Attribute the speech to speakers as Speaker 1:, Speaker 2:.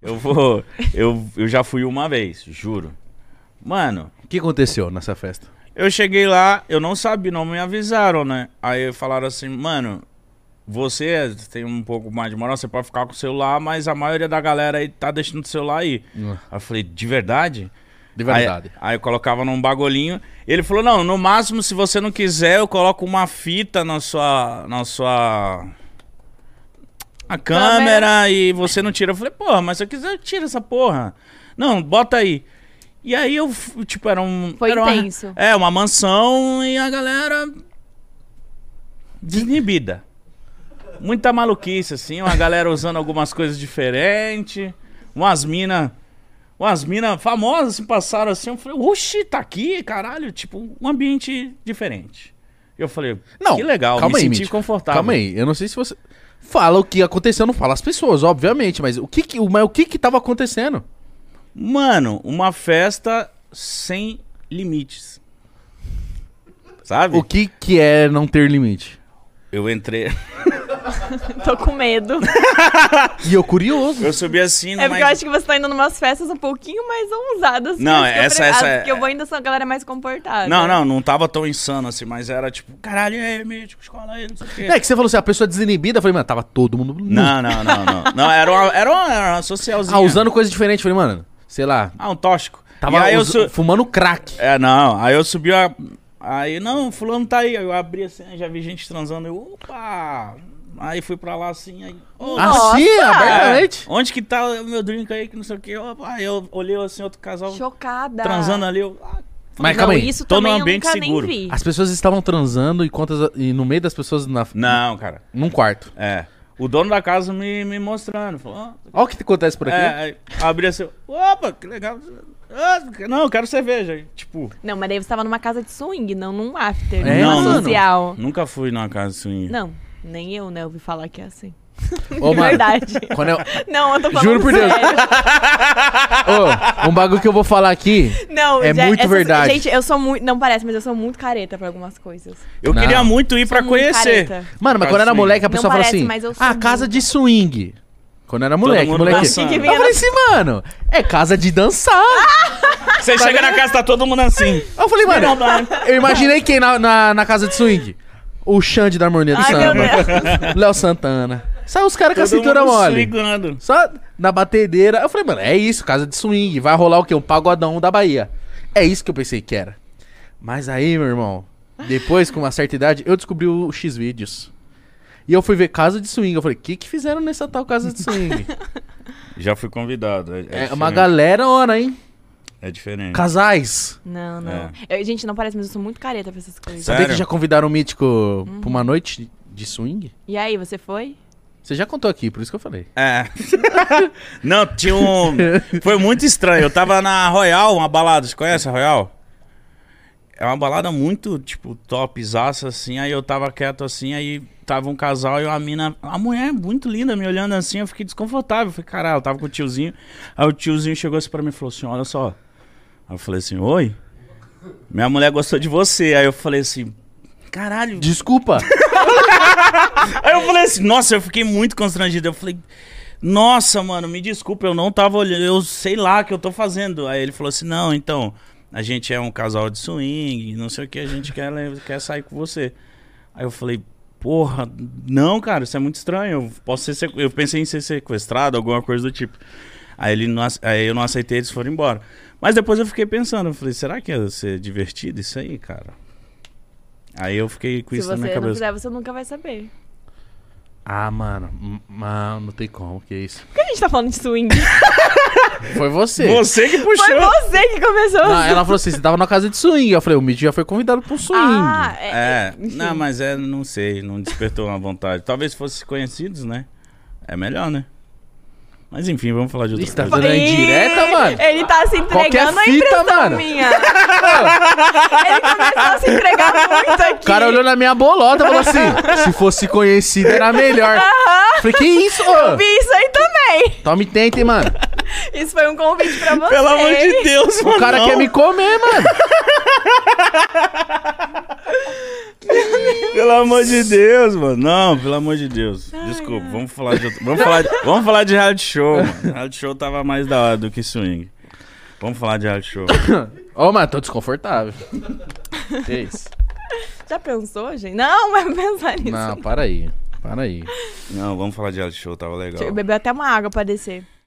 Speaker 1: Eu vou. Eu, eu já fui uma vez, juro. Mano,
Speaker 2: O que aconteceu nessa festa?
Speaker 1: eu cheguei lá, eu não sabia, não me avisaram, né? Aí falaram assim, mano, você tem um pouco mais de moral, você pode ficar com o celular, mas a maioria da galera aí tá deixando o celular aí. Aí eu falei, de verdade?
Speaker 2: De verdade.
Speaker 1: Aí, aí eu colocava num bagulhinho. Ele falou: não, no máximo, se você não quiser, eu coloco uma fita na sua. na sua. A câmera, e você não tira. Eu falei, porra, mas se eu quiser, eu tiro essa porra. Não, bota aí. E aí eu, f- tipo, era um.
Speaker 3: Foi
Speaker 1: era uma-
Speaker 3: intenso.
Speaker 1: é, uma mansão e a galera. Desinibida. Muita maluquice, assim, uma galera usando algumas coisas diferentes. Umas mina. Umas mina famosas se passaram assim. Eu falei, oxi, tá aqui, caralho. Tipo, um ambiente diferente. Eu falei,
Speaker 2: Não,
Speaker 1: que legal,
Speaker 2: calma
Speaker 1: me
Speaker 2: aí,
Speaker 1: senti
Speaker 2: Mítico.
Speaker 1: confortável.
Speaker 2: Calma aí, eu não sei se você. Fala o que aconteceu, não fala as pessoas, obviamente, mas o que que, mas o que, que tava acontecendo?
Speaker 1: Mano, uma festa sem limites. Sabe?
Speaker 2: O que que é não ter limite?
Speaker 1: Eu entrei.
Speaker 3: Tô com medo.
Speaker 2: E eu curioso.
Speaker 1: Eu subi assim numa.
Speaker 3: É porque eu acho que você tá indo numas festas um pouquinho mais ousadas. que
Speaker 1: Não,
Speaker 3: as que eu
Speaker 1: essa-
Speaker 3: pre-
Speaker 1: essa
Speaker 3: as
Speaker 1: é-
Speaker 3: que eu vou ainda são a galera mais comportada.
Speaker 1: Não, não, não tava tão insano assim, mas era tipo, caralho, e aí, mítico, escola aí, não sei o quê.
Speaker 2: É que você falou assim, a pessoa desinibida, eu falei, mano, tava todo mundo. nu.
Speaker 1: Não, não, não, não. Não, era uma, era uma, era uma socialzinha.
Speaker 2: Ah, usando coisa diferente, eu falei, mano, sei lá,
Speaker 1: Ah, um tóxico.
Speaker 2: tava
Speaker 1: e aí
Speaker 2: us-
Speaker 1: eu su...
Speaker 2: fumando crack.
Speaker 1: É, não, aí eu subi a. Aí, não, fulano tá aí. Aí Eu abri assim, aí já vi gente transando, eu, opa! Aí fui pra lá assim, aí. ô,
Speaker 3: Nossa!
Speaker 2: Assim,
Speaker 1: é,
Speaker 2: abertamente.
Speaker 1: onde que tá o meu drink aí, que não sei o quê. Opa, aí eu olhei assim, outro casal
Speaker 3: Chocada.
Speaker 1: transando ali, eu, ah,
Speaker 2: Mas
Speaker 3: É. Não,
Speaker 2: calma aí.
Speaker 3: Isso
Speaker 1: Tô num
Speaker 3: também eu
Speaker 1: ambiente
Speaker 3: nunca nem
Speaker 1: seguro. Ah.
Speaker 3: vi.
Speaker 2: As pessoas estavam transando e quantas e no meio das pessoas na,
Speaker 1: Não, cara.
Speaker 2: num quarto.
Speaker 1: É. O dono da casa me, me mostrando, falou, ó,
Speaker 2: Olha o que acontece por aqui.
Speaker 1: É, aí abri assim, opa, que legal. Ah, Não, eu quero cerveja. Aí, Tipo,
Speaker 3: Não, mas daí você tava numa casa de swing, não num after,
Speaker 2: É,
Speaker 3: não,
Speaker 2: mano.
Speaker 3: social.
Speaker 1: nunca fui numa casa assim. swing.
Speaker 3: Não, nem eu, né? Ouvi falar que é assim.
Speaker 2: Ô,
Speaker 3: É
Speaker 2: mano,
Speaker 3: verdade.
Speaker 2: Quando eu,
Speaker 3: Não, eu tô falando
Speaker 2: Juro por Deus.
Speaker 3: sério.
Speaker 2: Ô, um bagulho que eu vou falar aqui.
Speaker 3: Não,
Speaker 2: É
Speaker 3: já-
Speaker 2: muito verdade.
Speaker 3: Gente, eu sou muito. Não parece, mas eu sou muito careta pra algumas coisas.
Speaker 1: Eu
Speaker 2: Não.
Speaker 1: queria muito ir pra
Speaker 3: Sou muito
Speaker 1: conhecer.
Speaker 3: careta.
Speaker 2: Mano, mas
Speaker 1: Casa
Speaker 2: quando eu era
Speaker 1: swing.
Speaker 2: moleque, a
Speaker 3: Não
Speaker 2: pessoa fala
Speaker 3: parece,
Speaker 2: assim:
Speaker 3: mas eu sou
Speaker 2: Ah, casa
Speaker 3: muito."
Speaker 2: de swing. Quando eu era moleque,
Speaker 1: mundo
Speaker 2: moleque.
Speaker 1: dançando.
Speaker 3: Que
Speaker 2: Eu
Speaker 3: vinha
Speaker 2: falei assim, mano, é casa de dançar.
Speaker 3: Ah!
Speaker 1: Você chega na casa, tá todo mundo assim.
Speaker 2: Aí eu falei, mano, eu imaginei quem na, na, na casa de swing? O Xande da Harmonia do
Speaker 3: Ai, meu
Speaker 2: Samba.
Speaker 3: Deus.
Speaker 2: Léo Santana. Sai os caras com a
Speaker 1: todo
Speaker 2: cintura
Speaker 1: mundo
Speaker 2: mole.
Speaker 1: swingando.
Speaker 2: Só na batedeira. Eu falei, mano, é isso, casa de swing. Vai rolar o quê? Um pagodão da Bahia. É isso que eu pensei que era. Mas aí, meu irmão, depois, com uma certa idade, eu descobri o X-Vídeos. E eu fui ver casa de swing. Eu falei, o que que fizeram nessa tal casa de swing?
Speaker 1: Já fui convidado. É, é
Speaker 2: é
Speaker 1: diferente.
Speaker 2: uma galera, ora, hein?
Speaker 1: É diferente.
Speaker 2: Casais.
Speaker 3: Não, não. Eu- gente, não parece, mas eu sou muito careta pra essas coisas.
Speaker 1: É. Sério?
Speaker 2: Sabia que já convidaram o Mítico pra uma noite de swing?
Speaker 3: E aí, você foi?
Speaker 2: Você já contou aqui, por isso que eu falei.
Speaker 1: É. Não, tinha um. Foi muito estranho. Eu tava na Royal, uma balada. Você conhece a Royal? É uma balada muito, tipo, topzaça, assim. Aí eu tava quieto assim, aí tava um casal e uma mina. A mulher muito linda me olhando assim, eu fiquei desconfortável. Eu Falei, caralho, eu tava com o tiozinho. Aí o tiozinho chegou assim pra mim e falou assim: olha só. Aí eu falei assim: oi? Minha mulher gostou de você. Aí eu falei assim: caralho.
Speaker 2: Desculpa.
Speaker 1: Aí eu falei assim, nossa, eu fiquei muito constrangido. Eu falei, nossa, mano, me desculpa, eu não tava olhando, eu sei lá o que eu tô fazendo. Aí ele falou assim, não, então, a gente é um casal de swing, não sei o que, a gente quer, le- quer sair com você. Aí eu falei, porra, não, cara, isso é muito estranho. Eu, posso ser, sequ- eu pensei em ser sequestrado, alguma coisa do tipo. Aí, ele não, ace- aí eu não aceitei, eles foram embora. Mas depois eu fiquei pensando, eu falei, será que ia ser divertido isso aí, cara? Aí eu fiquei com
Speaker 3: Se
Speaker 1: isso na
Speaker 3: você
Speaker 1: minha
Speaker 3: não
Speaker 1: cabeça.
Speaker 3: fizer, você nunca vai saber.
Speaker 2: ah, mano, m- mano, não tem como, que isso.
Speaker 3: Por que a gente tá falando de swing?
Speaker 2: Foi você.
Speaker 1: Você que puxou.
Speaker 3: Foi você que começou.
Speaker 2: Não, ela falou assim: você tava na casa de swing. Eu falei, o Mitch já foi convidado pro swing.
Speaker 3: Ah, é.
Speaker 1: É,
Speaker 3: enfim.
Speaker 1: não, mas é, não sei, não despertou uma vontade. Talvez fosse conhecidos, né? É melhor, né? Mas enfim, vamos falar de outra
Speaker 2: Isso tá
Speaker 1: coisa. né?
Speaker 2: dando a indireta,
Speaker 3: Ih,
Speaker 2: mano.
Speaker 3: Ele tá se
Speaker 2: Qual que é a
Speaker 3: entregando à
Speaker 2: fita,
Speaker 3: impressão
Speaker 2: mano?
Speaker 3: minha. ele começou a se entregar muito aqui.
Speaker 2: O cara olhou na minha bolota e falou assim: se fosse conhecido era melhor. Falei, que isso, ô?
Speaker 3: Eu vi isso aí também.
Speaker 2: Tome tenta, hein, mano.
Speaker 3: Isso foi um convite pra você.
Speaker 1: Pelo amor de Deus, mano.
Speaker 2: O cara quer me comer, mano.
Speaker 1: Pelo amor de Deus, mano. Não, pelo amor de Deus. Desculpa, vamos falar de outro- vamos falar de, vamos falar de reality show. Mano. Reality show tava mais da hora do que swing. Vamos falar de reality show.
Speaker 2: Ô, mas tô desconfortável. que isso?
Speaker 3: Já pensou, gente? Não, vai pensar nisso.
Speaker 2: Não, para aí. Para aí.
Speaker 1: Não, vamos falar de reality show, tava legal.
Speaker 3: Bebeu até uma água pra descer.